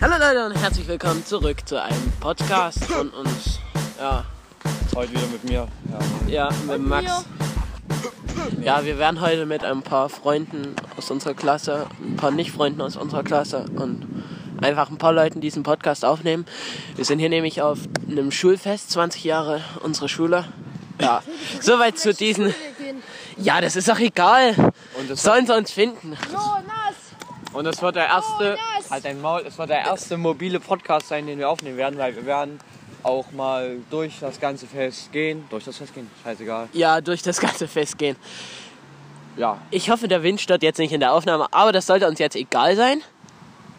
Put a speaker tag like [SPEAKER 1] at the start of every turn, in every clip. [SPEAKER 1] Hallo Leute und herzlich willkommen zurück zu einem Podcast von uns. Ja,
[SPEAKER 2] Heute wieder mit mir.
[SPEAKER 1] ja
[SPEAKER 2] Ja.
[SPEAKER 1] mit Max. Ja, wir werden heute mit ein paar Freunden aus unserer Klasse, ein paar Nicht-Freunden aus unserer Klasse und einfach ein paar Leuten diesen Podcast aufnehmen. Wir sind hier nämlich auf einem Schulfest, 20 Jahre unsere Schule. Ja, soweit zu diesen. Ja, das ist doch egal.
[SPEAKER 2] Und das-
[SPEAKER 1] Sollen sie uns finden?
[SPEAKER 3] Oh, Jonas!
[SPEAKER 2] Und es wird der erste,
[SPEAKER 1] Oh,
[SPEAKER 3] Jonas!
[SPEAKER 2] halt dein Maul, es wird der erste mobile Podcast sein, den wir aufnehmen werden, weil wir werden auch mal durch das ganze Fest gehen. Durch das Fest gehen, scheißegal.
[SPEAKER 1] Ja, durch das ganze Fest gehen.
[SPEAKER 2] Ja.
[SPEAKER 1] Ich hoffe, der Wind stört jetzt nicht in der Aufnahme, aber das sollte uns jetzt egal sein.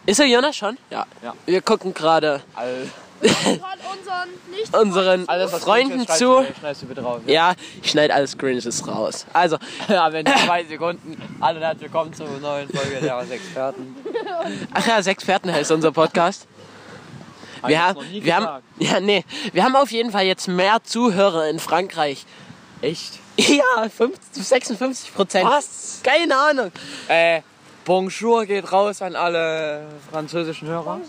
[SPEAKER 1] Ist er Jonas schon? Ja.
[SPEAKER 2] Ja.
[SPEAKER 1] Wir gucken gerade
[SPEAKER 2] All,
[SPEAKER 3] Gerade unseren nicht
[SPEAKER 1] unseren
[SPEAKER 2] alles, was
[SPEAKER 1] Freunden
[SPEAKER 2] Grinch ist,
[SPEAKER 1] zu.
[SPEAKER 2] schneidest du- Schneidest du bitte raus.
[SPEAKER 1] Ja, ich schneide alles Grinches raus. Also,
[SPEAKER 2] ja wenn zwei Sekunden. Hallo, und herzlich willkommen zur neuen Folge der Experten.
[SPEAKER 1] ach ja, sechs Pferden heißt unser Podcast. Wir haben, wir haben, ja, nee, wir haben auf jeden Fall jetzt mehr Zuhörer in Frankreich.
[SPEAKER 2] Echt?
[SPEAKER 1] Ja, 50, 56 Prozent.
[SPEAKER 2] Was?
[SPEAKER 1] Keine Ahnung.
[SPEAKER 2] Äh, Bonjour geht raus an alle französischen Hörer.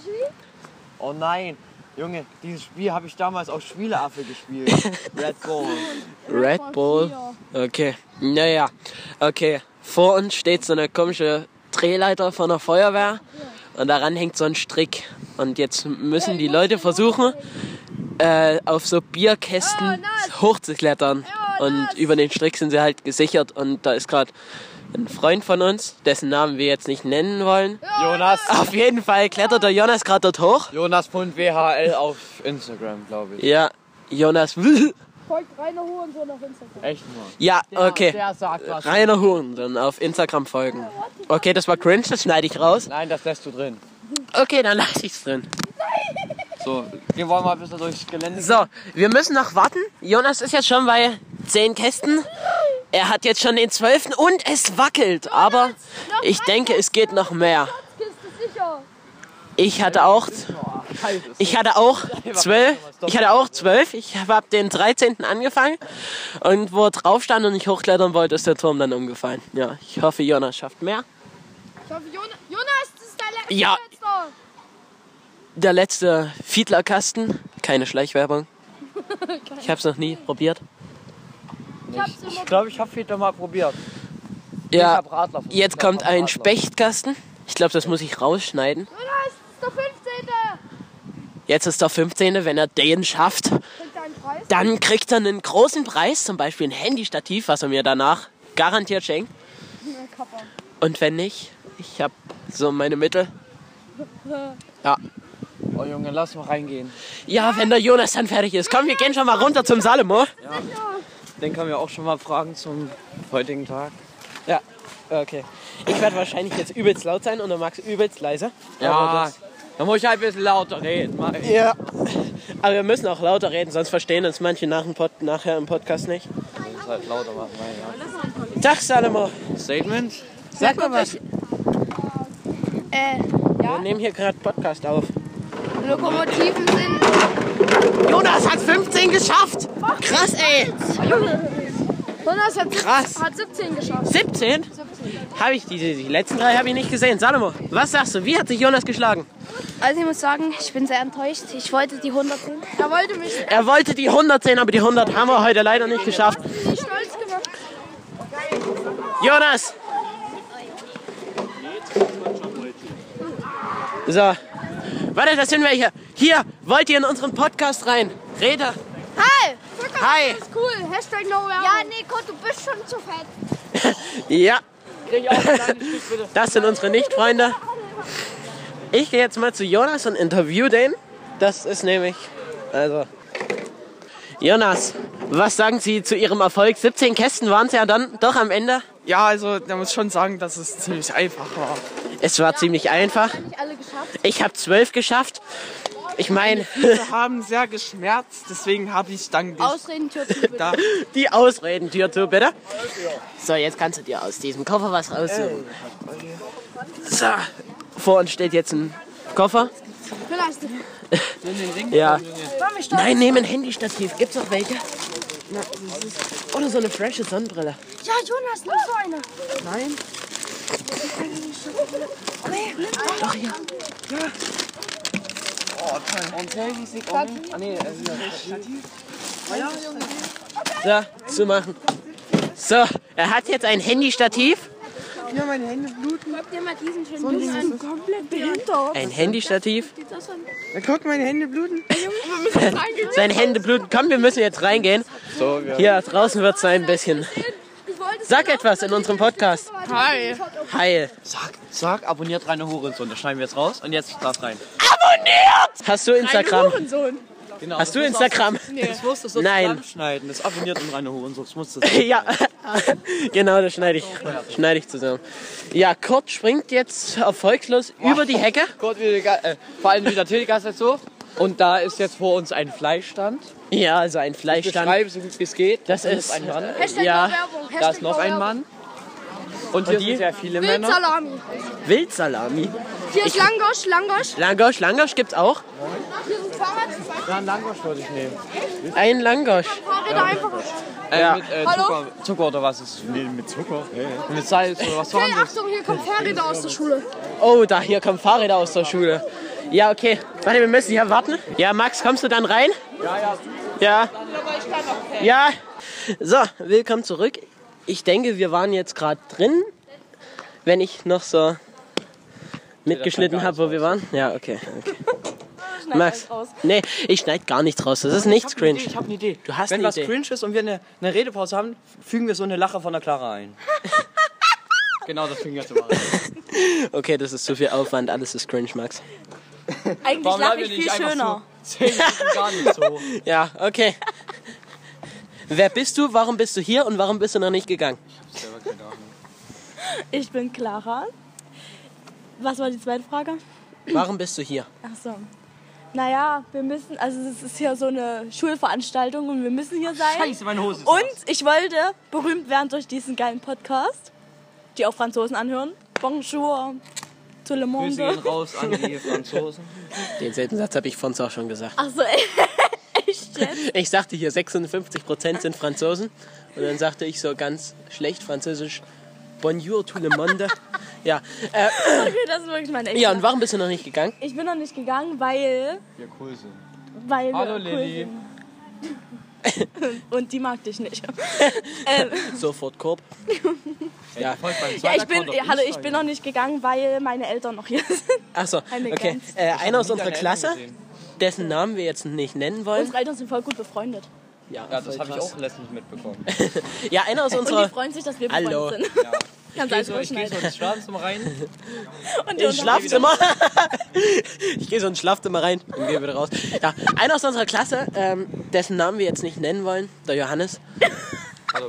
[SPEAKER 2] Oh nein, Junge, dieses Spiel habe ich damals auf Spieleaffe gespielt. Red Bull.
[SPEAKER 1] Red Bull. Okay. Naja, okay. Vor uns steht so eine komische Drehleiter von der Feuerwehr und daran hängt so ein Strick. Und jetzt müssen die Leute versuchen, äh, auf so Bierkästen hochzuklettern. Und über den Strick sind sie halt gesichert. Und da ist gerade ein Freund von uns, dessen Namen wir jetzt nicht nennen wollen.
[SPEAKER 2] Jonas.
[SPEAKER 1] Auf jeden Fall klettert der Jonas gerade dort hoch.
[SPEAKER 2] Jonas.whl auf Instagram, glaube ich.
[SPEAKER 1] Ja, Jonas.
[SPEAKER 3] folgt Rainer Hurensohn auf Instagram.
[SPEAKER 2] Echt mal.
[SPEAKER 1] Ja, okay.
[SPEAKER 2] Ah, Der sagt was.
[SPEAKER 1] Rainer Hurensohn auf Instagram folgen. Okay, das war cringe, das schneide ich raus.
[SPEAKER 2] Nein, das lässt du drin.
[SPEAKER 1] Okay, dann lasse ich's drin.
[SPEAKER 2] So, wir wollen mal ein bisschen durchs Gelände.
[SPEAKER 1] So, wir müssen noch warten. Jonas ist jetzt schon bei 10 Kästen. Er hat jetzt schon den 12. und es wackelt. Aber ich denke, es geht noch mehr.
[SPEAKER 3] Kiste sicher.
[SPEAKER 1] Ich hatte auch,
[SPEAKER 2] Scheiße.
[SPEAKER 1] ich hatte auch 12. Ich hatte auch 12. Ich habe den 13. angefangen. Und wo er drauf stand und ich hochklettern wollte, ist der Turm dann umgefallen. Ja, ich hoffe, Jonas schafft mehr.
[SPEAKER 3] Ich hoffe, Jonas, Jonas, das ist dein letzter.
[SPEAKER 1] Ja.
[SPEAKER 3] letzter.
[SPEAKER 1] Der letzte Fiedlerkasten. Keine Schleichwerbung. Ich hab's noch nie probiert.
[SPEAKER 3] Ich hab's immer
[SPEAKER 2] Ich glaube, ich habe viel doch mal probiert. Ich
[SPEAKER 1] Ja,
[SPEAKER 2] hab Radler versucht,
[SPEAKER 1] jetzt
[SPEAKER 2] ich hab
[SPEAKER 1] kommt ein
[SPEAKER 2] Radler.
[SPEAKER 1] Spechtkasten. Ich glaube, das muss ich rausschneiden.
[SPEAKER 3] Jonas, das ist der 15.
[SPEAKER 1] Jetzt ist der 15. Wenn er den schafft,
[SPEAKER 3] Kriegt er einen Preis?
[SPEAKER 1] dann kriegt er einen großen Preis, zum Beispiel ein Handystativ, was er mir danach garantiert schenkt.
[SPEAKER 3] Na, Kappa.
[SPEAKER 1] Und wenn nicht, ich hab so meine Mittel. Ja.
[SPEAKER 2] Oh Junge, lass mal reingehen.
[SPEAKER 1] Ja, wenn der Jonas dann fertig ist. Komm, wir gehen schon mal runter zum oh. Salomo.
[SPEAKER 2] Den können wir auch schon mal fragen zum heutigen Tag.
[SPEAKER 1] Ja, okay. Ich werde wahrscheinlich jetzt übelst laut sein und der Max übelst leise. Aber das-
[SPEAKER 2] da muss ich halt ein bisschen lauter reden. Mann.
[SPEAKER 1] Ja. Aber wir müssen auch lauter reden, sonst verstehen uns manche nach dem Pod nachher im Podcast nicht.
[SPEAKER 2] muss halt lauter machen. Mein,
[SPEAKER 1] Tag, Salomo.
[SPEAKER 2] ja. Statement?
[SPEAKER 1] Sag mal was.
[SPEAKER 3] Äh,
[SPEAKER 1] Wir nehmen hier gerade Podcast auf.
[SPEAKER 3] Lokomotiven sind.
[SPEAKER 1] Jonas hat 15 geschafft. Krass, ey.
[SPEAKER 3] Jonas hat,
[SPEAKER 1] Krass.
[SPEAKER 3] hat 17 geschafft.
[SPEAKER 1] 17? Habe ich diese, die letzten drei habe ich nicht gesehen. Salomo, was sagst du? Wie hat sich Jonas geschlagen?
[SPEAKER 4] Also ich muss sagen, ich bin sehr enttäuscht. Ich wollte die 100 sehen.
[SPEAKER 3] Er wollte mich
[SPEAKER 1] Er wollte die 110, aber die 100 haben wir heute leider nicht geschafft.
[SPEAKER 3] nicht stolz gemacht.
[SPEAKER 1] Jonas! So. Warte, das sind welche. Hier, wollt ihr in unseren Podcast rein? Rede.
[SPEAKER 3] Hi!
[SPEAKER 1] Hi.
[SPEAKER 3] Das ist cool. Hashtag no
[SPEAKER 4] Ja,
[SPEAKER 3] Ja,
[SPEAKER 4] Nico, du bist schon zu fett.
[SPEAKER 1] Ja. Das sind unsere Nicht-Freunde. Ich gehe jetzt mal zu Jonas und interview den. Das ist nämlich. Also. Jonas, was sagen Sie zu Ihrem Erfolg? 17 Kästen waren es ja dann doch am Ende.
[SPEAKER 5] Ja, also da muss schon sagen, dass es ziemlich einfach war.
[SPEAKER 1] Es war ziemlich einfach.
[SPEAKER 3] nicht alle geschafft.
[SPEAKER 1] Ich habe 12 geschafft. Ich meine,
[SPEAKER 5] Wir haben sehr geschmerzt, deswegen habe ich dann dich
[SPEAKER 3] Ausreden, Tür zu bitte.
[SPEAKER 5] da.
[SPEAKER 1] die Ausredentür zu, bitte. So, jetzt kannst du dir aus diesem Koffer was raussuchen. So, vor uns steht jetzt ein Koffer.
[SPEAKER 3] Jonas,
[SPEAKER 1] Ja.
[SPEAKER 3] war mich stolz.
[SPEAKER 1] Nein, nehmen ein Handystativ. Gibt's noch welche? Na, das ist- Oder so eine frische Sonnenbrille.
[SPEAKER 3] Ja, Jonas, nimm so eine.
[SPEAKER 1] Nein. Doch, hier.
[SPEAKER 2] Und Helgi sieht um. Ah, nee, äh, hier.
[SPEAKER 1] So, zu machen. So, er hat jetzt ein Handystativ.
[SPEAKER 3] Habt ihr mal diesen schönen so Biss an? Komplett behindert.
[SPEAKER 1] Ein Handystativ.
[SPEAKER 5] Na, guck, meine Hände bluten.
[SPEAKER 1] Seine Hände bluten. Komm, wir müssen jetzt reingehen.
[SPEAKER 2] So, wir.
[SPEAKER 1] Hier draußen wird es ein bisschen. Sag etwas in unserem Podcast.
[SPEAKER 3] Hi.
[SPEAKER 1] Heil.
[SPEAKER 2] Sag, sag, abonniert reine Hurensohn. Das schneiden wir jetzt raus und jetzt darf rein.
[SPEAKER 1] Hast du Instagram?
[SPEAKER 2] Genau.
[SPEAKER 1] Hast du Instagram?
[SPEAKER 2] Das musst du so
[SPEAKER 1] Nein.
[SPEAKER 2] zusammenschneiden. Das abonniert und reine Hurensohn. Das musst du so
[SPEAKER 1] Ja, genau, das schneide ich, schneide ich zusammen. Ja, Kurt springt jetzt erfolglos über die Hecke.
[SPEAKER 2] Kurz wieder, die Ga- äh, vor allem wieder Tilgas jetzt so. Und da ist jetzt vor uns ein Fleischstand.
[SPEAKER 1] Ja, also ein Fleischstand.
[SPEAKER 2] Beschreibe so gut wie es geht.
[SPEAKER 1] Das
[SPEAKER 2] Da
[SPEAKER 1] ist-
[SPEAKER 2] ein Mann.
[SPEAKER 3] Hashtag
[SPEAKER 1] Ja.
[SPEAKER 3] no Werbung. Hashtag
[SPEAKER 2] Da ist noch
[SPEAKER 3] no
[SPEAKER 2] ein
[SPEAKER 3] Werbung.
[SPEAKER 2] Mann. Und hier
[SPEAKER 1] die?
[SPEAKER 2] sind sehr viele
[SPEAKER 3] Wild
[SPEAKER 2] Männer.
[SPEAKER 3] Salami.
[SPEAKER 1] Wildsalami.
[SPEAKER 3] Hier ist Langosch, Langosch.
[SPEAKER 1] Langosch, Langosch gibt's auch.
[SPEAKER 3] Hier sind Fahrrad.
[SPEAKER 2] Ja, einen Langosch würde ich nehmen.
[SPEAKER 1] Ein Langosch. Ähm,
[SPEAKER 3] Fahrräder einfach.
[SPEAKER 2] Äh,
[SPEAKER 1] Ja.
[SPEAKER 2] Mit äh,
[SPEAKER 3] Hallo?
[SPEAKER 2] Zucker, Zucker oder was ist? Nee, mit Zucker. Mit Salz oder was war
[SPEAKER 3] Hey,
[SPEAKER 2] das?
[SPEAKER 3] Achtung, hier kommen Fahrräder aus der Schule.
[SPEAKER 1] Oh, da hier kommen Fahrräder aus der Schule. Ja, okay. Warte, wir müssen hier warten. Ja, Max, kommst du dann rein? Ja, ja. Ja. Ja. So, willkommen zurück. Ich denke, wir waren jetzt gerade drin, wenn ich noch so mitgeschnitten habe, wo wir waren. Ja, okay. okay. Max, nee, ich schneide gar nichts raus. Das ist nichts
[SPEAKER 2] Ich hab eine
[SPEAKER 1] cringe.
[SPEAKER 2] Idee, Ich habe eine Idee.
[SPEAKER 1] Du hast
[SPEAKER 2] Wenn
[SPEAKER 1] eine
[SPEAKER 2] was
[SPEAKER 1] Idee.
[SPEAKER 2] cringe ist und wir eine, eine Redepause haben, fügen wir so eine Lache von der Clara ein. genau, das fügen wir jetzt immer ein.
[SPEAKER 1] Okay, das ist zu viel Aufwand. Alles ist cringe, Max.
[SPEAKER 6] Eigentlich
[SPEAKER 2] Warum
[SPEAKER 6] lache
[SPEAKER 2] lachen
[SPEAKER 6] ich
[SPEAKER 2] wir
[SPEAKER 6] viel
[SPEAKER 2] nicht einfach
[SPEAKER 6] schöner.
[SPEAKER 2] So, zehn Minuten gar nicht so.
[SPEAKER 1] Ja, okay. Wer bist du? Warum bist du hier und warum bist du noch nicht gegangen?
[SPEAKER 6] Ich bin Clara. Was war die zweite Frage?
[SPEAKER 1] Warum bist du hier?
[SPEAKER 6] Ach so. Naja, wir müssen, also es ist hier so eine Schulveranstaltung und wir müssen hier sein.
[SPEAKER 2] Scheiße, meine Hose ist nass.
[SPEAKER 6] Und ich wollte berühmt werden durch diesen geilen Podcast, die auch Franzosen anhören. Bonjour, tout le
[SPEAKER 2] Grüße gehen
[SPEAKER 6] monde.
[SPEAKER 2] raus an die Franzosen.
[SPEAKER 1] Denselben Satz habe ich von auch schon gesagt.
[SPEAKER 6] Ach so, echt jetzt?
[SPEAKER 1] Ich sagte hier 56% sind Franzosen und dann sagte ich so ganz schlecht französisch Bonjour tout le monde. Ja, äh,
[SPEAKER 6] Okay, das ist wirklich mein
[SPEAKER 1] ja,
[SPEAKER 6] Ex.
[SPEAKER 1] und warum bist du noch nicht gegangen?
[SPEAKER 6] Ich bin noch nicht gegangen, weil,
[SPEAKER 2] Ja, cool sind.
[SPEAKER 6] weil
[SPEAKER 2] Hallo,
[SPEAKER 6] wir
[SPEAKER 2] Lilly.
[SPEAKER 6] sind. Und die mag dich nicht. ähm,
[SPEAKER 1] Sofort Korb. Ja.
[SPEAKER 6] Ja, ich bin, hallo, ich bin noch nicht gegangen, weil meine Eltern noch hier sind.
[SPEAKER 1] Achso,
[SPEAKER 6] Eine
[SPEAKER 1] okay.
[SPEAKER 6] ganz-
[SPEAKER 1] Äh, einer aus unserer Klasse, dessen Namen wir jetzt nicht nennen wollen.
[SPEAKER 6] Unsere Eltern sind voll gut befreundet.
[SPEAKER 2] Ja, das habe ich
[SPEAKER 1] krass.
[SPEAKER 2] auch letztens mitbekommen.
[SPEAKER 1] Ja, einer aus
[SPEAKER 6] Und die
[SPEAKER 1] unserer.
[SPEAKER 6] freuen sich, dass wir befreundet
[SPEAKER 1] Hallo.
[SPEAKER 6] sind. Kannst
[SPEAKER 2] Ich
[SPEAKER 6] alles
[SPEAKER 2] so, ich gehe so
[SPEAKER 6] rausschneiden.
[SPEAKER 2] ins Schlafzimmer rein.
[SPEAKER 6] Und die
[SPEAKER 1] Ins
[SPEAKER 6] unterhalten-
[SPEAKER 1] Schlafzimmer. ich gehe so ins Schlafzimmer rein und gehe wieder raus. Ja, einer aus unserer Klasse, ähm, dessen Namen wir jetzt nicht nennen wollen, der Johannes.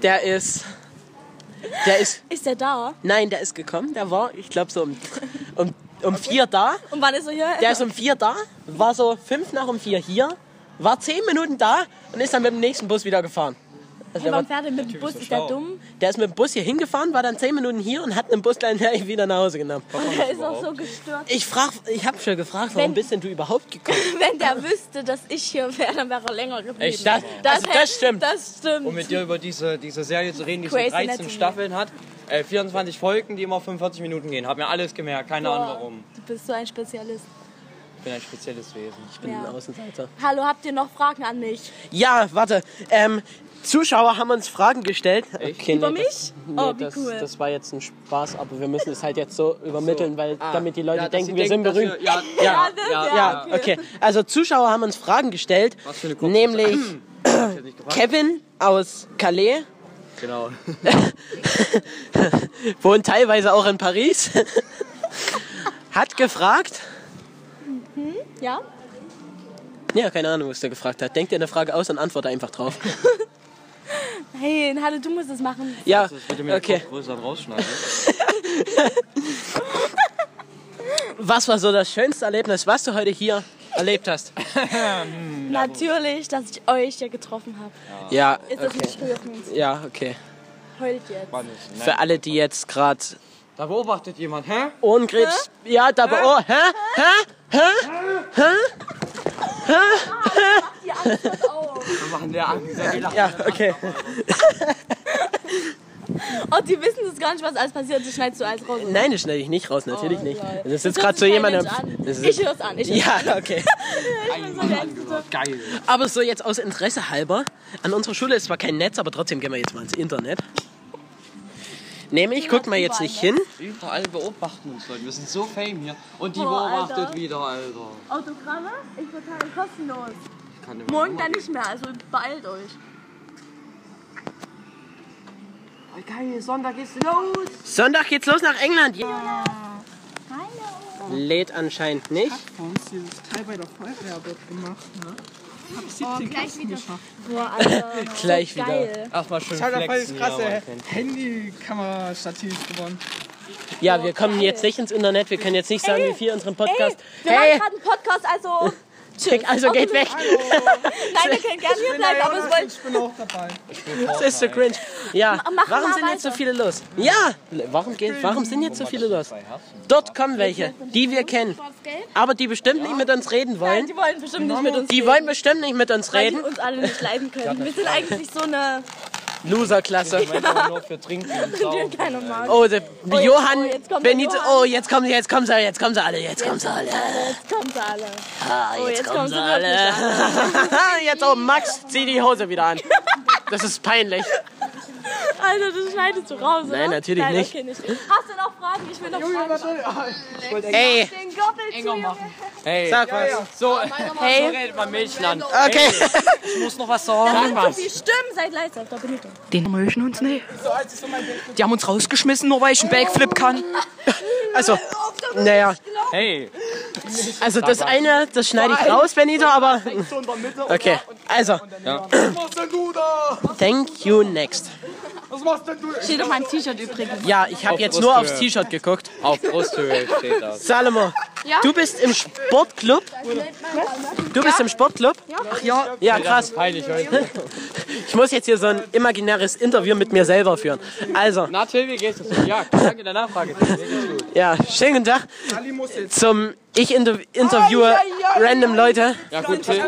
[SPEAKER 1] Der ist. Der ist.
[SPEAKER 6] Ist der da?
[SPEAKER 1] Nein, der ist gekommen. Der war, ich glaube, so um, um, um vier da.
[SPEAKER 6] Und wann ist er hier?
[SPEAKER 1] Der ist um vier da, war so fünf nach um vier hier, war zehn Minuten da und ist dann mit dem nächsten Bus wieder gefahren. Also
[SPEAKER 6] Hey,
[SPEAKER 1] der, war,
[SPEAKER 6] wann fährt er mit dem Bus?
[SPEAKER 2] so
[SPEAKER 6] Ist der
[SPEAKER 2] schlau.
[SPEAKER 6] dumm?
[SPEAKER 1] der ist mit dem Bus hier hingefahren, war dann zehn Minuten hier und hat einen Bus dann gleich wieder nach Hause genommen.
[SPEAKER 6] Und der ist auch so gestört.
[SPEAKER 1] Ich frag, ich habe schon gefragt, warum
[SPEAKER 6] Wenn-
[SPEAKER 1] bist denn du überhaupt gekommen?
[SPEAKER 6] Wenn der wüsste, dass ich hier wäre, dann wäre er länger geblieben.
[SPEAKER 1] Echt? Das- also das
[SPEAKER 6] hätte-
[SPEAKER 1] stimmt.
[SPEAKER 6] Das stimmt.
[SPEAKER 2] Um mit dir über diese, diese Serie zu reden, die
[SPEAKER 6] Crazy
[SPEAKER 2] so 13
[SPEAKER 6] Anatomy.
[SPEAKER 2] Staffeln hat. Äh, 24 Folgen, die immer 45 Minuten gehen. Hab mir alles gemerkt, keine Ahnung warum.
[SPEAKER 6] Du bist so ein Spezialist.
[SPEAKER 2] Ich bin ein spezielles Wesen.
[SPEAKER 1] Ich bin
[SPEAKER 6] Ja.
[SPEAKER 1] ein Außenseiter.
[SPEAKER 6] Hallo, habt ihr noch Fragen an mich?
[SPEAKER 1] Ja, warte. Ähm, Zuschauer haben uns Fragen gestellt. Okay,
[SPEAKER 6] Über
[SPEAKER 1] nee, das-
[SPEAKER 6] mich?
[SPEAKER 1] Nee,
[SPEAKER 6] Oh, wie
[SPEAKER 1] das,
[SPEAKER 6] cool.
[SPEAKER 1] das war jetzt ein Spaß, aber wir müssen es halt jetzt so übermitteln, weil damit die Leute
[SPEAKER 2] Ah. Ja, dass
[SPEAKER 1] denken,
[SPEAKER 2] sie
[SPEAKER 1] wir sind
[SPEAKER 2] dass
[SPEAKER 1] berühmt.
[SPEAKER 2] wir- Ja, ja,
[SPEAKER 6] das
[SPEAKER 2] ja,
[SPEAKER 6] wär-
[SPEAKER 1] ja, okay. Also Zuschauer haben uns Fragen gestellt,
[SPEAKER 2] Was für eine Kopf-
[SPEAKER 1] nämlich
[SPEAKER 2] Ich hätte nicht gefragt.
[SPEAKER 1] Kevin aus Calais,
[SPEAKER 2] Genau.
[SPEAKER 1] wohnt teilweise auch in Paris, hat gefragt,
[SPEAKER 6] Ja?
[SPEAKER 1] ja, keine Ahnung, was der gefragt hat, denkt dir eine Frage aus und antworte einfach drauf.
[SPEAKER 2] Also,
[SPEAKER 6] Hey, hallo, du musst es machen.
[SPEAKER 1] Ja,
[SPEAKER 2] Das würde mir
[SPEAKER 1] okay.
[SPEAKER 2] okay. größer rausschneiden.
[SPEAKER 1] Was war so das schönste Erlebnis, was du heute hier erlebt hast?
[SPEAKER 6] Natürlich, dass ich euch hier getroffen habe.
[SPEAKER 1] Ja,
[SPEAKER 6] Ist das nicht rührend?
[SPEAKER 1] ja, okay.
[SPEAKER 6] Heult jetzt.
[SPEAKER 2] War nicht, ne?
[SPEAKER 1] Für alle, die jetzt gerade
[SPEAKER 2] Da beobachtet jemand, hä?
[SPEAKER 1] Oh. Ohrenkrebs. Ja, da war. Oh, hä? Hä?
[SPEAKER 2] Wir machen der Angst.
[SPEAKER 1] Ja, okay.
[SPEAKER 6] Oh, die wissen das gar nicht, was alles passiert. Sie schneidest du alles raus. oder?
[SPEAKER 1] Nein, das schneide ich nicht raus, natürlich nicht. Das ist jetzt
[SPEAKER 6] Oh Das
[SPEAKER 1] gerade
[SPEAKER 6] hört
[SPEAKER 1] so
[SPEAKER 6] sich
[SPEAKER 1] jemand
[SPEAKER 6] kein
[SPEAKER 1] am-
[SPEAKER 6] Mensch an.
[SPEAKER 1] das ist-
[SPEAKER 6] Ich hör's an. Ich hör's
[SPEAKER 1] Ja, okay.
[SPEAKER 5] Mann, Geil.
[SPEAKER 1] Aber so jetzt aus Interesse halber, an unserer Schule ist zwar kein Netz, aber trotzdem gehen wir jetzt mal ins Internet. Nämlich, guckt mal jetzt nicht hin.
[SPEAKER 2] Überall beobachten uns Leute. Wir sind so fame hier. Und die
[SPEAKER 6] Boah,
[SPEAKER 2] beobachtet
[SPEAKER 6] Alter.
[SPEAKER 2] wieder, Alter.
[SPEAKER 6] Autogramme? Ich verteile kostenlos.
[SPEAKER 2] Ich kann immer
[SPEAKER 6] Morgen
[SPEAKER 2] Nummer
[SPEAKER 6] dann
[SPEAKER 2] geben.
[SPEAKER 6] nicht mehr, also beeilt euch.
[SPEAKER 5] Oh, Geil, Sonntag geht's los.
[SPEAKER 1] Sonntag geht's los nach England. Lädt anscheinend nicht.
[SPEAKER 5] Bei uns dieses Teil bei der Feuerwehr wird gemacht, ne? Hab ich 17 Klassen geschafft.
[SPEAKER 1] Gleich wieder.
[SPEAKER 6] Geil.
[SPEAKER 2] Erstmal schön
[SPEAKER 5] Ich hab da voll das
[SPEAKER 2] flexen. hier,
[SPEAKER 5] krasse
[SPEAKER 2] Mann.
[SPEAKER 5] Handykamera-Stativ gewonnen.
[SPEAKER 6] Oh,
[SPEAKER 1] Ja, wir kommen jetzt nicht ins Internet. Wir können jetzt nicht sagen, wie viel unseren Podcast.
[SPEAKER 6] Wir machen gerade einen Podcast, also.
[SPEAKER 1] hey, also geht weg.
[SPEAKER 6] Nein, ihr könnt gerne hier bleiben, aber es wollt.
[SPEAKER 5] Ich bin auch dabei.
[SPEAKER 1] Das ist so cringe. Ja,
[SPEAKER 6] M- machen
[SPEAKER 1] warum
[SPEAKER 6] wir
[SPEAKER 1] sind jetzt so
[SPEAKER 6] weiter.
[SPEAKER 1] viele los? Ja, warum, geht, warum sind jetzt so viele los? Dort kommen welche, die wir kennen, aber die bestimmt nicht mit uns reden
[SPEAKER 6] Nein,
[SPEAKER 1] wollen.
[SPEAKER 6] die wollen bestimmt nicht mit uns
[SPEAKER 1] Die wollen bestimmt nicht mit uns
[SPEAKER 6] weil die
[SPEAKER 1] reden.
[SPEAKER 6] uns alle nicht leiden können. Wir sind eigentlich so eine.
[SPEAKER 1] Loserklasse.
[SPEAKER 2] Ich meine nur für Trinken und Saufen.
[SPEAKER 6] Keine Marke.
[SPEAKER 1] Oh, der Johann,
[SPEAKER 6] oh, jetzt kommt der
[SPEAKER 1] Benito,
[SPEAKER 6] Johann.
[SPEAKER 1] oh, jetzt kommen sie, jetzt kommen sie, jetzt kommen sie alle, jetzt kommen sie alle.
[SPEAKER 6] Jetzt kommen sie alle.
[SPEAKER 1] Ah,
[SPEAKER 6] Oh,
[SPEAKER 1] jetzt
[SPEAKER 6] jetzt
[SPEAKER 1] kommen
[SPEAKER 6] kommen
[SPEAKER 1] sie
[SPEAKER 6] sie wirklich
[SPEAKER 1] alle. Jetzt auch Max, zieh die Hose wieder an. Das ist peinlich.
[SPEAKER 6] Also, das schneidest du raus, oder?
[SPEAKER 1] Nein, natürlich
[SPEAKER 6] Nein,
[SPEAKER 1] nicht.
[SPEAKER 6] Okay, nicht. Hast du noch Fragen? Ich will noch Fragen.
[SPEAKER 1] Ey,
[SPEAKER 6] Den Goppel zu, Junge.
[SPEAKER 2] Hey,
[SPEAKER 1] sag was.
[SPEAKER 2] so, so redet man Milchland.
[SPEAKER 1] Okay.
[SPEAKER 2] Ich muss noch was sagen.
[SPEAKER 6] Zu viel Stimmen, seid leise. Da bin ich doch.
[SPEAKER 7] Den mögen uns nicht. Die haben uns rausgeschmissen, nur weil ich einen Backflip kann.
[SPEAKER 1] Also, naja,
[SPEAKER 2] Hey,
[SPEAKER 1] also das eine, das schneide ich raus, Benito, aber. Okay, also. Thank you next.
[SPEAKER 6] Steht auf meinem T-Shirt übrigens.
[SPEAKER 1] Ja, ich habe jetzt nur aufs T-Shirt geguckt.
[SPEAKER 2] auf Brusthöhe steht das.
[SPEAKER 1] Salomo, du bist im Sportclub? Du bist im Sportclub? Ach ja. Ja, krass.
[SPEAKER 2] Heilig heute.
[SPEAKER 1] Ich muss jetzt hier so ein imaginäres Interview mit mir selber führen. Also,
[SPEAKER 2] Na Till, wie geht's dir? Ja, danke der Nachfrage.
[SPEAKER 1] ja, schönen guten Tag zum ich inter interviewe random Leute.
[SPEAKER 2] Ja gut, Till,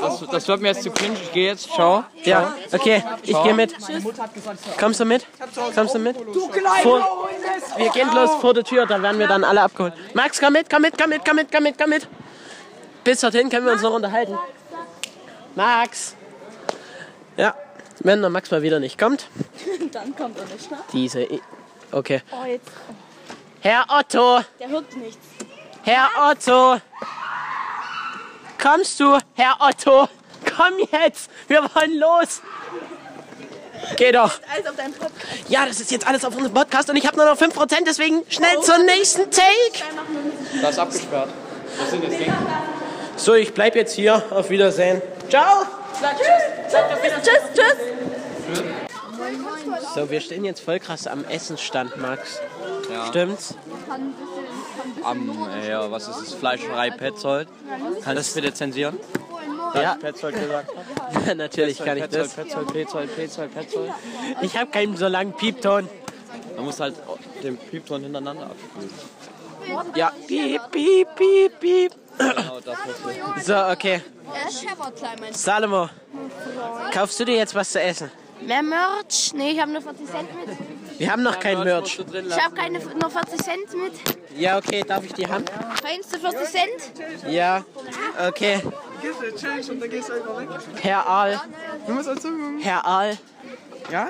[SPEAKER 2] das, das wird mir jetzt zu cringe. Ich gehe jetzt, ciao.
[SPEAKER 1] Ja, okay, ich gehe mit. Kommst du mit? Kommst du mit? Vor, wir gehen los vor der Tür, da werden wir dann alle abgeholt. Max, komm mit, komm mit, komm mit, komm mit, komm mit, komm mit. Bis dorthin können wir uns noch unterhalten. Max! Ja, wenn der Max mal wieder nicht kommt.
[SPEAKER 6] Dann kommt er nicht, ne?
[SPEAKER 1] Diese. I- Okay.
[SPEAKER 6] Oh, jetzt.
[SPEAKER 1] Herr Otto!
[SPEAKER 6] Der hört nichts.
[SPEAKER 1] Herr Otto! Kommst du, Herr Otto? Komm jetzt! Wir wollen los! Geh doch!
[SPEAKER 6] Alles auf deinem Podcast.
[SPEAKER 1] Ja, das ist jetzt alles auf unserem Podcast und ich habe nur noch 5%, deswegen schnell zum nächsten Take!
[SPEAKER 2] Das ist abgesperrt. Was sind jetzt Gänge?
[SPEAKER 1] So, ich bleib jetzt hier. Auf Wiedersehen. Ciao!
[SPEAKER 6] Tschüss, tschüss, tschüss.
[SPEAKER 1] So, wir stehen jetzt voll krass am Essensstand, Max. Stimmt's?
[SPEAKER 2] Am, äh, ja, was ist das? Fleischerei Petzold. Kannst du das bitte zensieren?
[SPEAKER 1] Ja.
[SPEAKER 2] Petzold gesagt.
[SPEAKER 1] Natürlich kann ich das.
[SPEAKER 2] Petzold, Petzold, Petzold, Petzold.
[SPEAKER 1] Ich habe keinen so langen Piepton.
[SPEAKER 2] Man muss halt den Piepton hintereinander abspielen.
[SPEAKER 1] Ja. Piep, piep, piep, piep.
[SPEAKER 2] Genau, das muss ich.
[SPEAKER 1] So, okay.
[SPEAKER 8] Er scheppert klein, mein
[SPEAKER 1] Salomo, kaufst du dir jetzt was zu essen?
[SPEAKER 4] Mehr Merch? Nee, ich habe nur 40 Cent mit.
[SPEAKER 1] Wir haben noch kein Merch.
[SPEAKER 4] Ich habe keine nur 40 Cent mit.
[SPEAKER 1] Ja, okay, darf ich die haben?
[SPEAKER 4] Meinst du 40 Cent?
[SPEAKER 1] Ja, okay.
[SPEAKER 5] Gehst du, chillst und dann gehst du einfach weg.
[SPEAKER 1] Herr Aal,
[SPEAKER 5] Du musst uns zugucken.
[SPEAKER 1] Herr Aal,
[SPEAKER 5] Ja?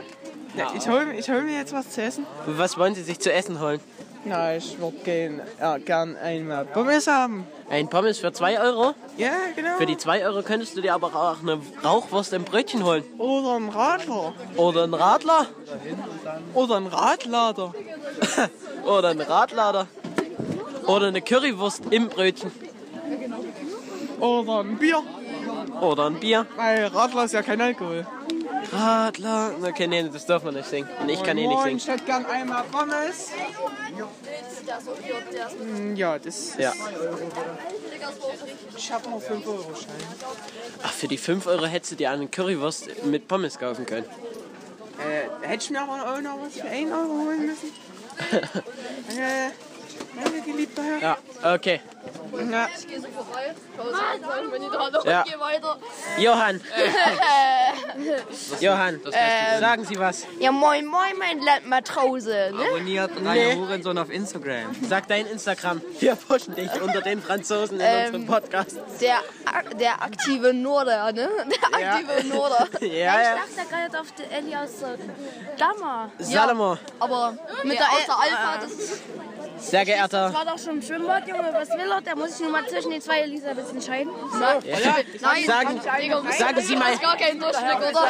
[SPEAKER 5] ja ich, hol, ich hol mir jetzt was zu essen.
[SPEAKER 1] was wollen Sie sich zu essen holen?
[SPEAKER 5] Na, ich würde gern, ja, gern einmal Pommes haben.
[SPEAKER 1] Ein Pommes für 2 Euro?
[SPEAKER 5] Ja, genau.
[SPEAKER 1] Für die 2 Euro könntest du dir aber auch eine Rauchwurst im Brötchen holen.
[SPEAKER 5] Oder ein Radler.
[SPEAKER 1] Oder einen Radler.
[SPEAKER 5] Oder ein Radlader.
[SPEAKER 1] Oder einen Radlader. Oder eine Currywurst im Brötchen.
[SPEAKER 5] Oder ein Bier.
[SPEAKER 1] Oder ein Bier.
[SPEAKER 5] Weil Radler ist ja kein Alkohol.
[SPEAKER 1] Radler. Okay, nee, das dürfen wir nicht singen. Und ich kann eh nicht
[SPEAKER 5] Moin,
[SPEAKER 1] singen.
[SPEAKER 5] ich hätte gern einmal Pommes. Hm, Ja, das
[SPEAKER 1] Ja.
[SPEAKER 5] Ich hab noch 5 Euro Schein.
[SPEAKER 1] Ach, für die 5 Euro hättest du dir eine Currywurst mit Pommes kaufen können.
[SPEAKER 5] Äh, hätte ich mir aber auch noch was für 1 Euro holen müssen. äh, meine geliebte Herr.
[SPEAKER 1] Ja, okay.
[SPEAKER 5] Ja.
[SPEAKER 1] Ja. Johann. Äh. Johann, sagen Sie was.
[SPEAKER 8] Ja, moin, moin, mein Landmatrose. Ne?
[SPEAKER 2] Abonniert Rainer Hurensohn auf Instagram.
[SPEAKER 1] Sag dein Instagram. Wir pushen dich unter den Franzosen in unserem Podcast.
[SPEAKER 8] Der, ak- der aktive Norder, ne? Der aktive Norder.
[SPEAKER 1] Ja, ja.
[SPEAKER 4] Ich dachte gerade auf die Ellie aus
[SPEAKER 6] äh,
[SPEAKER 4] der Dammer.
[SPEAKER 1] Salomo,
[SPEAKER 8] Aber mit der, aus der Alpha, das ist
[SPEAKER 1] sehr geehrter.
[SPEAKER 4] War doch schon im Schwimmbad, Junge. Was will er? Da muss ich nur mal zwischen den zwei Elisabeths entscheiden.
[SPEAKER 1] Sagen, sagen Sie mal.
[SPEAKER 8] gar kein Durchblick, oder?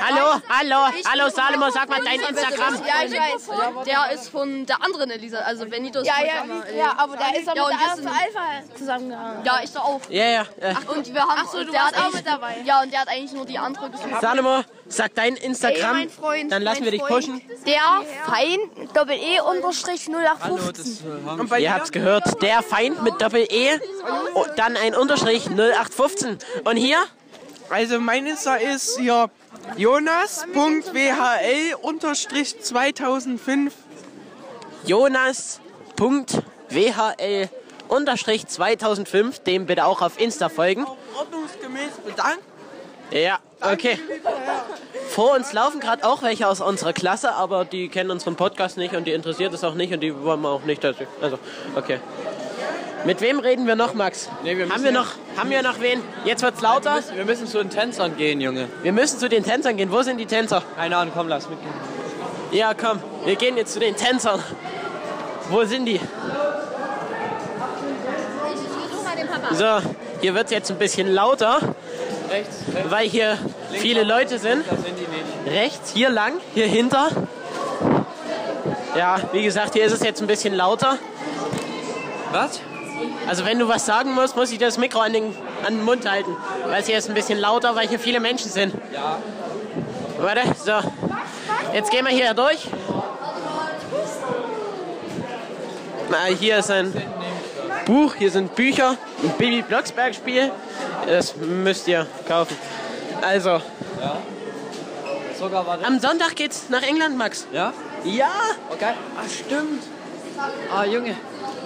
[SPEAKER 1] Hallo, hallo, hallo Salomo, sag mal dein Instagram.
[SPEAKER 8] Ja, ich weiß. Der ist von der anderen Elisa, also Benito ist ja, ja, ja, aber da ist er ja, und mit der
[SPEAKER 4] Alpha zusammengehangen.
[SPEAKER 8] Ja, ich da auch.
[SPEAKER 1] Ja, ja. äh,
[SPEAKER 8] Und wir haben Ach so,
[SPEAKER 4] du
[SPEAKER 8] der
[SPEAKER 4] warst
[SPEAKER 8] hat
[SPEAKER 4] auch
[SPEAKER 8] eigentlich-
[SPEAKER 4] mit dabei.
[SPEAKER 8] Ja, und der hat eigentlich nur die andere gesucht.
[SPEAKER 1] Salomo, sag dein Instagram. Dann lassen wir dich pushen.
[SPEAKER 4] Der Feind, Doppel-E, Unterstrich 0815.
[SPEAKER 1] Ihr habt's gehört, der Feind mit Doppel-E, oh, dann ein Unterstrich 0815. Und hier?
[SPEAKER 5] Also mein Insta ist hier jonas.whl-2005.
[SPEAKER 1] Jonas.whl-2005, dem bitte auch auf Insta folgen.
[SPEAKER 5] Ordnungsgemäß bedankt.
[SPEAKER 1] Ja, okay. Vor uns laufen gerade auch welche aus unserer Klasse, aber die kennen unseren Podcast nicht und die interessiert es auch nicht und die wollen wir auch nicht. dass- Also, okay. Mit wem reden wir noch, Max?
[SPEAKER 2] Nee, wir
[SPEAKER 1] haben
[SPEAKER 2] müssen
[SPEAKER 1] wir
[SPEAKER 2] ja-
[SPEAKER 1] noch, haben wir noch wen? Jetzt wird's lauter.
[SPEAKER 2] Wir müssen zu den Tänzern gehen, Junge.
[SPEAKER 1] Wir müssen zu den Tänzern gehen. Wo sind die Tänzer?
[SPEAKER 2] Keine Ahnung, komm, lass mitgehen.
[SPEAKER 1] Ja, komm, wir gehen jetzt zu den Tänzern. Wo sind die? So, hier wird es jetzt ein bisschen lauter,
[SPEAKER 2] Rechts, rechts.
[SPEAKER 1] weil hier viele Leute sind.
[SPEAKER 2] Das sind die nicht.
[SPEAKER 1] Rechts, hier lang, hier hinter. Ja, wie gesagt, hier ist es jetzt ein bisschen lauter.
[SPEAKER 2] Was?
[SPEAKER 1] Also wenn du was sagen musst, muss ich das Mikro an den, an den Mund halten. Weil es hier ist ein bisschen lauter, weil hier viele Menschen sind. Ja. Warte, so. Jetzt gehen wir hier durch. Na, hier ist ein Buch, hier sind Bücher, ein Baby Blocksberg Spiel. Das müsst ihr kaufen. Also,
[SPEAKER 2] Sogar war das.
[SPEAKER 1] am Sonntag geht's nach England, Max.
[SPEAKER 2] Ja?
[SPEAKER 1] Ja!
[SPEAKER 2] Okay. Ah, stimmt. Ah, Junge.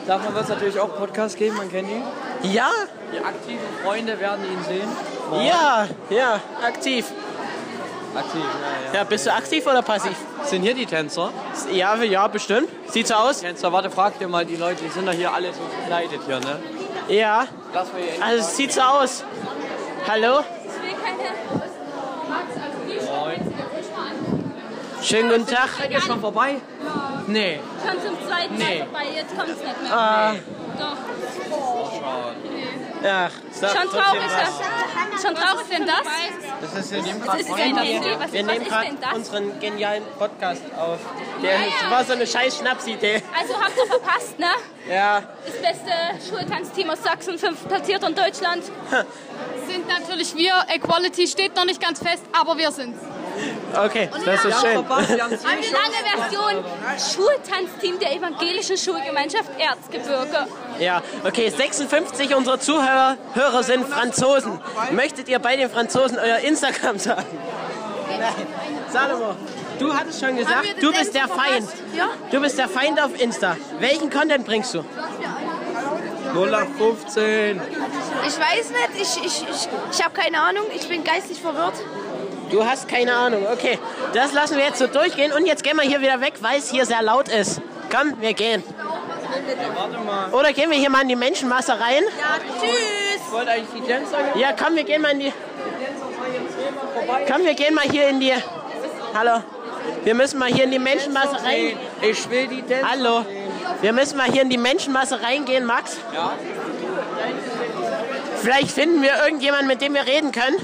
[SPEAKER 2] Davon wird es natürlich auch Podcast geben, man kennt ihn.
[SPEAKER 1] Ja!
[SPEAKER 2] Die aktiven Freunde werden ihn sehen.
[SPEAKER 1] Ja! Ja, aktiv.
[SPEAKER 2] Aktiv, ja,
[SPEAKER 1] Ja, bist du aktiv oder passiv?
[SPEAKER 2] ja. Sind hier die Tänzer?
[SPEAKER 1] Ja, ja, bestimmt. Sieht so aus?
[SPEAKER 2] Tänzer, warte, frag dir mal die Leute, die sind doch hier alle so gekleidet hier, ne?
[SPEAKER 1] Ja.
[SPEAKER 2] Lass mal hier
[SPEAKER 1] Also es sieht so aus. Hallo? Schönen guten Tag.
[SPEAKER 7] Seid ihr schon vorbei? Nee.
[SPEAKER 3] Schon zum zweiten
[SPEAKER 7] Nee.
[SPEAKER 3] Mal vorbei, jetzt kommt's nicht mehr.
[SPEAKER 1] Ah,
[SPEAKER 3] Doch.
[SPEAKER 1] ach, sag
[SPEAKER 3] Schon
[SPEAKER 1] trotzdem
[SPEAKER 3] traurig,
[SPEAKER 1] was.
[SPEAKER 3] dass- schon traurig denn das?
[SPEAKER 2] Das ist in dem
[SPEAKER 3] Das ist ein Handy. Was,
[SPEAKER 1] Wir
[SPEAKER 3] was
[SPEAKER 1] nehmen
[SPEAKER 3] ist
[SPEAKER 1] gerade
[SPEAKER 3] denn das?
[SPEAKER 1] unseren genialen Podcast auf. Der
[SPEAKER 3] Ja, ja.
[SPEAKER 1] war so eine scheiß Schnapsidee.
[SPEAKER 3] Also habt ihr verpasst, ne?
[SPEAKER 1] Ja,
[SPEAKER 3] Das beste Schultanzteam aus Sachsen, fünf platziert in Deutschland.
[SPEAKER 9] sind natürlich wir. Equality steht noch nicht ganz fest, aber wir sind's.
[SPEAKER 1] okay, das ist schön.
[SPEAKER 3] Eine lange Version. Schultanzteam der evangelischen Schulgemeinschaft Erzgebirge.
[SPEAKER 1] Ja, okay, 56 unserer Zuhörer Hörer sind Franzosen. Möchtet ihr bei den Franzosen euer Instagram sagen? Nein. Salomo, du hattest schon gesagt, du bist der Feind. Du bist der Feind auf Insta. Welchen Content bringst du?
[SPEAKER 2] 0815.
[SPEAKER 4] Ich weiß nicht, ich, ich, ich, ich habe keine Ahnung, ich bin geistig verwirrt.
[SPEAKER 1] Du hast keine Ahnung. Okay, das lassen wir jetzt so durchgehen und jetzt gehen wir hier wieder weg, weil es hier sehr laut ist. Komm, wir gehen. Oder gehen wir hier mal in die Menschenmasse rein?
[SPEAKER 2] Ich wollte eigentlich die Tänzer
[SPEAKER 1] Ja, komm, wir gehen mal in die. Komm, wir gehen mal hier in die. Hallo. Wir müssen mal hier in die Menschenmasse rein.
[SPEAKER 2] Ich will die Tänzer.
[SPEAKER 1] Hallo. Wir müssen mal hier in die Menschenmasse reingehen, Max. Ja. Vielleicht finden wir irgendjemanden, mit dem wir reden können.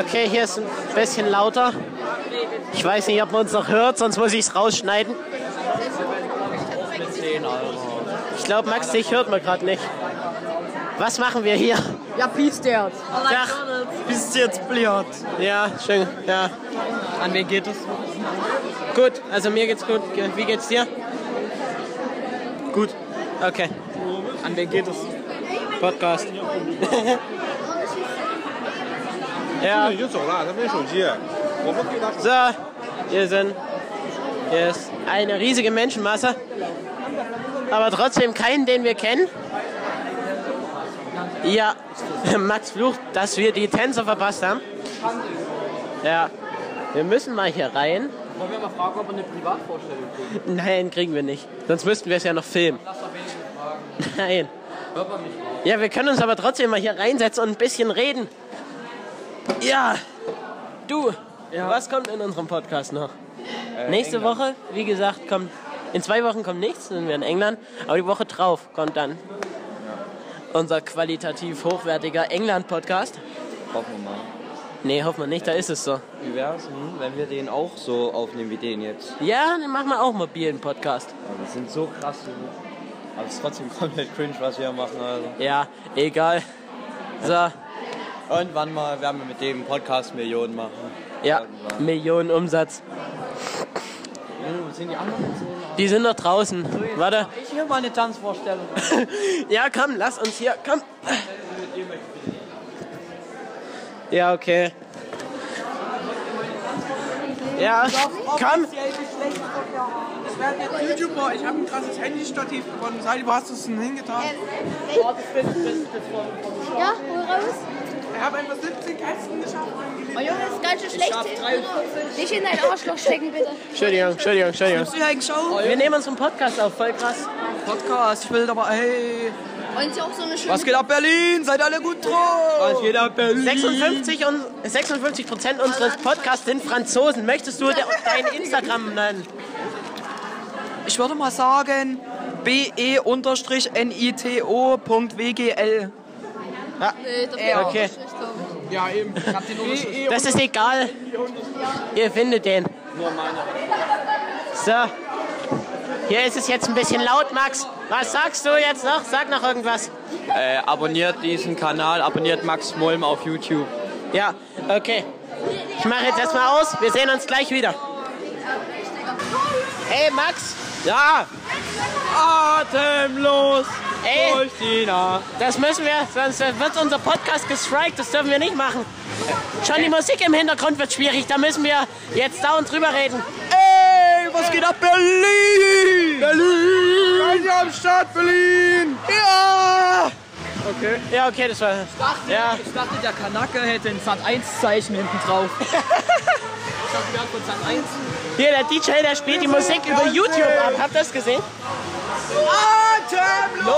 [SPEAKER 1] Okay, hier ist ein bisschen lauter. Ich weiß nicht, ob man uns noch hört, sonst muss ich es rausschneiden. Ich glaube, Max, dich hört man gerade nicht. Was machen wir hier?
[SPEAKER 7] Ja, Peace der.
[SPEAKER 1] Tag.
[SPEAKER 7] Bist jetzt blöd.
[SPEAKER 1] Ja, schön. Ja.
[SPEAKER 7] An wen geht es?
[SPEAKER 1] Gut, also mir geht's gut. Wie geht's dir? Gut. Okay.
[SPEAKER 7] An wen geht es?
[SPEAKER 1] Podcast. ja,
[SPEAKER 10] 已经走了，他没手机，我们给他。
[SPEAKER 1] so, hier sind. Hier ist eine riesige Menschenmasse. aber trotzdem keinen, den wir kennen. Ja, Max flucht, dass wir die Tänze verpasst haben. Ja, wir müssen mal hier rein.
[SPEAKER 2] Wollen wir mal fragen, ob wir eine Privatvorstellung kriegen?
[SPEAKER 1] Nein, kriegen wir nicht. Sonst müssten wir es ja noch filmen.
[SPEAKER 2] Lass doch wenigstens fragen.
[SPEAKER 1] Nein.
[SPEAKER 2] Hört man mich raus?
[SPEAKER 1] Ja, wir können uns aber trotzdem mal hier reinsetzen und ein bisschen reden. Ja, du, was kommt in unserem Podcast noch? Nächste
[SPEAKER 2] Äh, England.
[SPEAKER 1] Woche, wie gesagt, kommt. In zwei Wochen kommt nichts, sind wir in England. Aber die Woche drauf kommt dann unser qualitativ hochwertiger England-Podcast.
[SPEAKER 2] Hoffen wir mal.
[SPEAKER 1] Nee, hoffen wir nicht, da ist es so.
[SPEAKER 2] Wie wär's, hm, wenn wir den auch so aufnehmen wie den jetzt?
[SPEAKER 1] Ja, dann machen wir auch mobilen Podcast.
[SPEAKER 2] Aber das sind so krasse. Aber es ist trotzdem komplett cringe, was wir machen. Also.
[SPEAKER 1] Ja, egal. So,
[SPEAKER 2] Irgendwann mal werden wir mit dem Podcast Millionen machen.
[SPEAKER 1] ja, Millionen Umsatz.
[SPEAKER 2] Wo sind die anderen?
[SPEAKER 1] Die sind noch draußen. Warte.
[SPEAKER 2] Ich will mal eine Tanzvorstellung.
[SPEAKER 1] Ja, komm, lass uns hier, komm. Ja, okay. Ja, komm.
[SPEAKER 5] Ich werde jetzt YouTuber, ich habe ein krasses Handystativ gewonnen. Sali, wo hast du es denn hingetan?
[SPEAKER 4] Ja, hol raus.
[SPEAKER 5] Ich habe einfach 17 Kästen geschafft. mein Geliebter.
[SPEAKER 4] Oh Junge, das ist ganz schön schlecht. Nicht in dein Arschloch stecken, bitte.
[SPEAKER 1] Entschuldigung, Entschuldigung, Entschuldigung.
[SPEAKER 5] Bist du hier eigentlich auch?
[SPEAKER 1] Wir nehmen unseren Podcast auf, voll krass.
[SPEAKER 5] Podcast, ich will aber, hey.
[SPEAKER 8] Und sie auch so eine schöne
[SPEAKER 5] Was geht ab Berlin? Seid alle gut drauf?
[SPEAKER 2] Was geht ab, Berlin?
[SPEAKER 1] 56 und 56 Prozent unseres Podcasts sind Franzosen. Möchtest du de- dein Instagram nennen?
[SPEAKER 7] Ich würde mal sagen,
[SPEAKER 5] E
[SPEAKER 7] be-nito.wgl.
[SPEAKER 8] Bild. Das
[SPEAKER 7] Ja.
[SPEAKER 8] wäre
[SPEAKER 1] Okay,
[SPEAKER 5] Ja, eben. Ich hab den Unterschied.
[SPEAKER 1] das ist egal. Ihr findet den. So, hier ist es jetzt ein bisschen laut, Max. Was sagst du jetzt noch? Sag noch irgendwas.
[SPEAKER 2] Äh, abonniert diesen Kanal, abonniert Max Mulm auf YouTube.
[SPEAKER 1] Ja, okay. Ich mache jetzt erstmal aus. Wir sehen uns gleich wieder. Ey, Max.
[SPEAKER 2] Ja! Atemlos
[SPEAKER 1] Ey.
[SPEAKER 2] durch die Nacht.
[SPEAKER 1] Das müssen wir, sonst wird unser Podcast gestrikt. Das dürfen wir nicht machen. Schon die Musik im Hintergrund wird schwierig. Da müssen wir jetzt da und drüber reden.
[SPEAKER 2] Ey, was geht ab, Berlin? Berlin! Seid ihr am Start, Berlin? Ja!
[SPEAKER 1] Ja, okay, das war. Ja,
[SPEAKER 7] Ich dachte, der Kanake hätte ein Sat 1 Zeichen hinten drauf. ich dachte, wir haben von Sat 1.
[SPEAKER 1] hier der DJ, der spielt die Musik über YouTube ab. Habt ihr das gesehen?
[SPEAKER 2] Los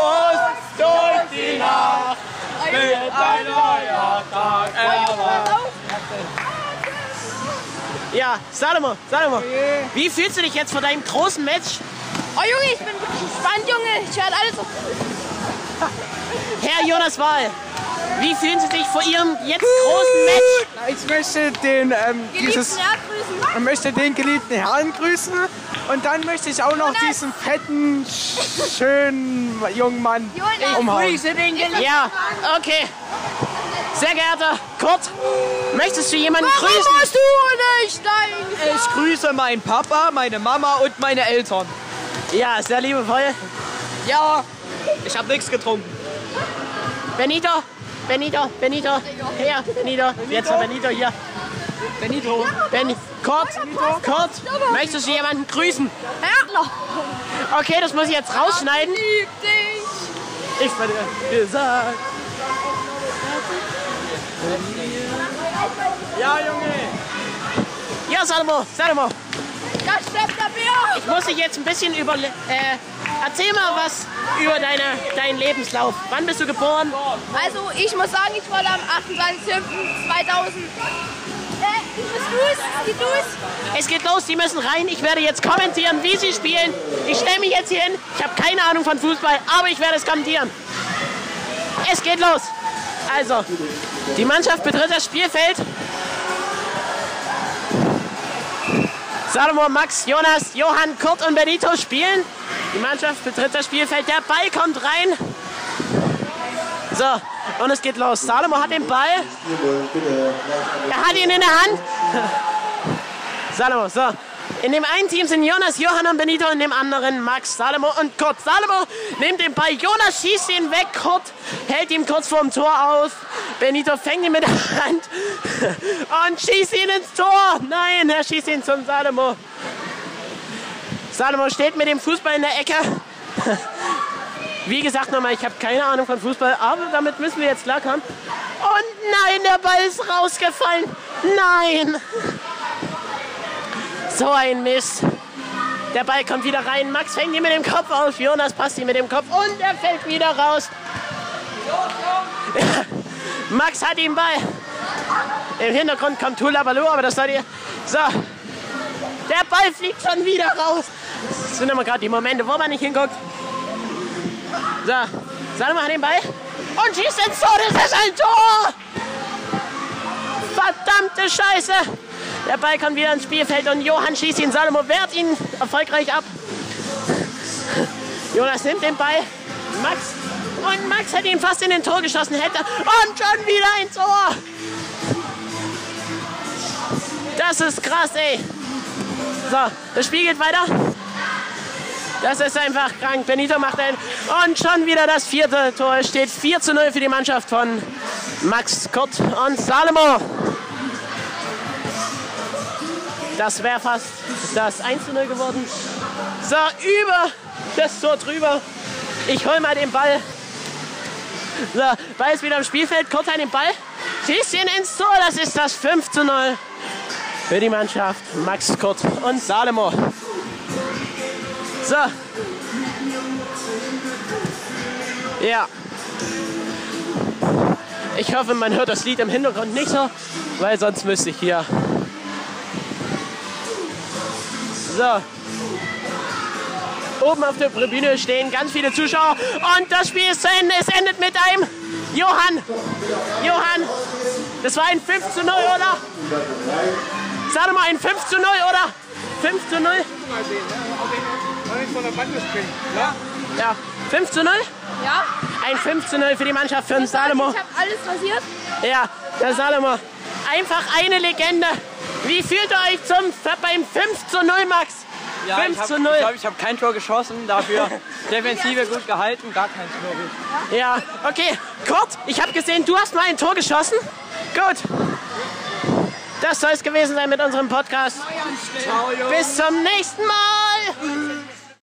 [SPEAKER 2] durch die Nacht mit ein neuer Tag erwacht.
[SPEAKER 1] Ja, Salomo, Salomo.
[SPEAKER 7] Oh
[SPEAKER 1] Wie fühlst du dich jetzt vor deinem großen Match?
[SPEAKER 4] Oh Junge, ich bin gespannt, Junge. Ich höre alles auf.
[SPEAKER 1] Herr Jonas Wahl, wie fühlen Sie sich vor Ihrem jetzt großen Match?
[SPEAKER 5] Ich möchte den, ähm, dieses,
[SPEAKER 4] Geliebten Erdgrüßen.
[SPEAKER 5] ich möchte den geliebten Herrn grüßen. Und dann möchte ich auch noch diesen fetten, sch- schönen jungen Mann
[SPEAKER 4] Jonas.
[SPEAKER 5] umhauen.
[SPEAKER 1] Ja, okay. Sehr geehrter Kurt, möchtest du jemanden grüßen?
[SPEAKER 8] Warum hast du nicht dein
[SPEAKER 7] Ich grüße meinen Papa, meine Mama und meine Eltern.
[SPEAKER 1] Ja, sehr liebevoll.
[SPEAKER 7] Ja, ich habe nichts getrunken.
[SPEAKER 1] Benito, Benito, Benito, her, Benito. Jetzt hat Benito hier.
[SPEAKER 7] Benito.
[SPEAKER 5] ne?
[SPEAKER 1] Ben, Kurt, Kurt, möchtest du jemanden grüßen?
[SPEAKER 8] Erdloch?
[SPEAKER 1] Okay, das muss ich jetzt rausschneiden.
[SPEAKER 8] Lieb dich.
[SPEAKER 1] Ich werde gesagt.
[SPEAKER 2] Ja, Junge!
[SPEAKER 1] Ja, Salomo, Salomo,
[SPEAKER 8] Da steppt der Bär.
[SPEAKER 1] ich muss dich jetzt ein bisschen über... Äh, erzähl mal was über deine, deinen Lebenslauf. Wann bist du geboren?
[SPEAKER 4] Also, ich muss sagen, ich wurde am 28.05.2000. Äh, die Dus, die Dus.
[SPEAKER 1] Es geht los, die müssen rein. Ich werde jetzt kommentieren, wie sie spielen. Ich stelle mich jetzt hier hin. Ich habe keine Ahnung von Fußball, aber ich werde es kommentieren. Es geht los. Also, die Mannschaft betritt das Spielfeld. Salomo, Max, Jonas, Johann, Kurt und Benito spielen. Die Mannschaft betritt das Spielfeld. Der Ball kommt rein. So, und es geht los. Salomo hat den Ball. Er hat ihn in der Hand. Salomo, so. In dem einen Team sind Jonas, Johann und Benito, in dem anderen Max, Salomo und Kurt. Salomo nimmt den Ball, Jonas schießt ihn weg, Kurt hält ihn kurz vorm Tor auf. Benito fängt ihn mit der Hand und schießt ihn ins Tor. Nein, er schießt ihn zum Salomo. Salomo steht mit dem Fußball in der Ecke. Wie gesagt nochmal, ich habe keine Ahnung von Fußball, aber damit müssen wir jetzt klarkommen. Und nein, der Ball ist rausgefallen. Nein. So ein Mist. Der Ball kommt wieder rein. Max fängt ihn mit dem Kopf auf. Jonas passt ihn mit dem Kopf und er fällt wieder raus. Max hat den Ball. Im Hintergrund kommt Hulabaloo, aber das seid ihr. So. Der Ball fliegt schon wieder raus. Das sind immer gerade die Momente, wo man nicht hinguckt. So, Salma hat den Ball und schießt ins Tor. Das ist ein Tor! Verdammte Scheiße! Der Ball kommt wieder ins Spielfeld und Johann schießt ihn. Salomo wehrt ihn erfolgreich ab. Jonas nimmt den Ball. Max. Und Max hat ihn fast in den Tor geschossen. Hätte. Und schon wieder ein Tor! Das ist krass, ey. So, das Spiel geht weiter. Das ist einfach krank. Benito macht ein. Und schon wieder das vierte Tor. Es steht 4 zu 0 für die Mannschaft von Max Kurt und Salomo. Das wäre fast das 1 zu 0 geworden. So, über das Tor drüber. Ich hole mal den Ball. So, Ball ist wieder am Spielfeld. Kurt hat den Ball. Schießt ihn ins Tor. Das ist das 5 zu 0 für die Mannschaft. Max Kurt und Salomo. So. Ja. Ich hoffe, man hört das Lied im Hintergrund nicht so, weil sonst müsste ich hier. So. Oben auf der Tribüne stehen ganz viele Zuschauer und das Spiel ist zu Ende. Es endet mit einem Johann. Johann, das war ein 5 zu 0, oder? Sag doch mal ein 5 zu 0, oder? 5 zu 0? Ja. Ja. 5 zu 0?
[SPEAKER 4] Ja.
[SPEAKER 1] Ein 5 zu 0 für die Mannschaft von Salomo.
[SPEAKER 4] Ich habe alles rasiert.
[SPEAKER 1] Ja, der Salomo. Einfach eine Legende. Wie fühlt ihr euch zum, beim 5 zu 0, Max?
[SPEAKER 2] Ja,
[SPEAKER 1] 5
[SPEAKER 2] ich
[SPEAKER 1] zu
[SPEAKER 2] habe
[SPEAKER 1] 0.
[SPEAKER 2] glaub, ich hab kein Tor geschossen, dafür Defensive gut gehalten, gar keins, glaube ich.
[SPEAKER 1] Ja, okay. Kurt, ich habe gesehen, du hast mal ein Tor geschossen. Gut. Das soll es gewesen sein mit unserem Podcast. Bis zum nächsten Mal.